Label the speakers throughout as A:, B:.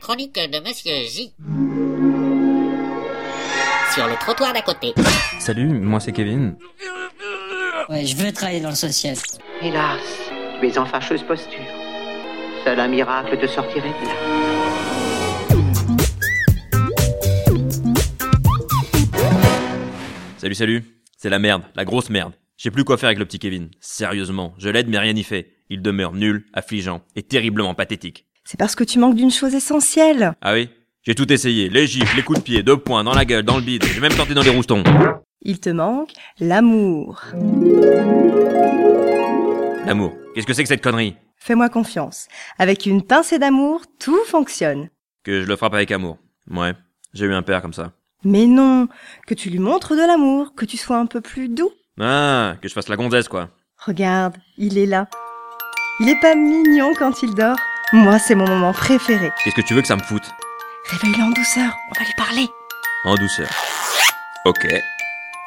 A: chronique de Monsieur J. Sur le trottoir d'à côté.
B: Salut, moi c'est Kevin.
C: Ouais, je veux travailler dans le social.
D: Hélas, tu es en fâcheuse posture. Seul un miracle te sortirait de là.
B: Salut, salut. C'est la merde, la grosse merde. Je sais plus quoi faire avec le petit Kevin. Sérieusement, je l'aide mais rien n'y fait. Il demeure nul, affligeant et terriblement pathétique.
E: C'est parce que tu manques d'une chose essentielle.
B: Ah oui J'ai tout essayé, les gifles, les coups de pied, deux poings, dans la gueule, dans le bide, j'ai même tenté dans les roustons.
E: Il te manque l'amour.
B: L'amour, qu'est-ce que c'est que cette connerie
E: Fais-moi confiance. Avec une pincée d'amour, tout fonctionne.
B: Que je le frappe avec amour. Ouais, j'ai eu un père comme ça.
E: Mais non, que tu lui montres de l'amour, que tu sois un peu plus doux.
B: Ah, que je fasse la gonzesse quoi.
E: Regarde, il est là. Il est pas mignon quand il dort. Moi, c'est mon moment préféré.
B: Qu'est-ce que tu veux que ça me foute
E: Réveille-le en douceur, on va lui parler.
B: En douceur. Ok.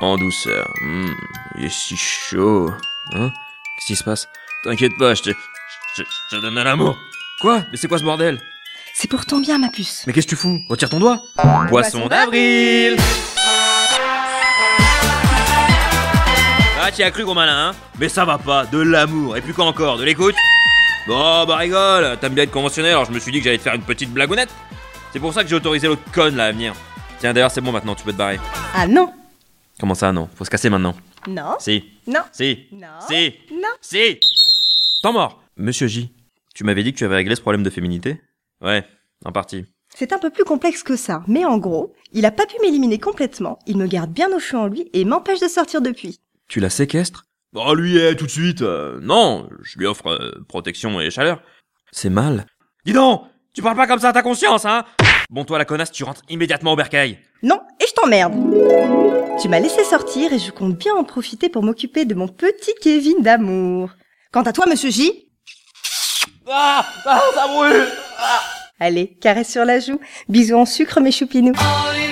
B: En douceur. Hmm, il est si chaud. Hein Qu'est-ce qui se passe T'inquiète pas, je te... Je, je te donne un amour. Quoi Mais c'est quoi ce bordel
E: C'est pour ton bien, ma puce.
B: Mais qu'est-ce que tu fous Retire ton doigt
E: Poisson
B: d'avril Ah, tu as cru, gros malin, hein Mais ça va pas, de l'amour, et plus quoi encore, de l'écoute Bon, bah rigole, t'aimes bien être conventionnel, alors je me suis dit que j'allais te faire une petite blagounette. C'est pour ça que j'ai autorisé l'autre conne, là, à venir. Tiens, d'ailleurs, c'est bon maintenant, tu peux te barrer.
E: Ah non,
B: Comment ça, non Faut se casser maintenant.
E: non,
B: Si,
E: non,
B: si,
E: non,
B: si,
E: non.
B: si Temps mort Monsieur J, tu m'avais dit que tu avais réglé ce problème de féminité Ouais, en partie.
E: C'est un peu plus complexe que ça, mais en gros, il a pas pu m'éliminer complètement, il me garde bien au chaud en lui et m'empêche de sortir depuis.
B: Tu la séquestres Oh lui, eh, tout de suite euh, Non, je lui offre euh, protection et chaleur. C'est mal. Dis donc Tu parles pas comme ça à ta conscience, hein Bon, toi, la connasse, tu rentres immédiatement au bercail.
E: Non, et je t'emmerde Tu m'as laissé sortir et je compte bien en profiter pour m'occuper de mon petit Kevin d'amour. Quant à toi, monsieur J,
B: Ah Ah, ça brûle
E: allez, caresse sur la joue, bisous en sucre mes choupinous.
F: All you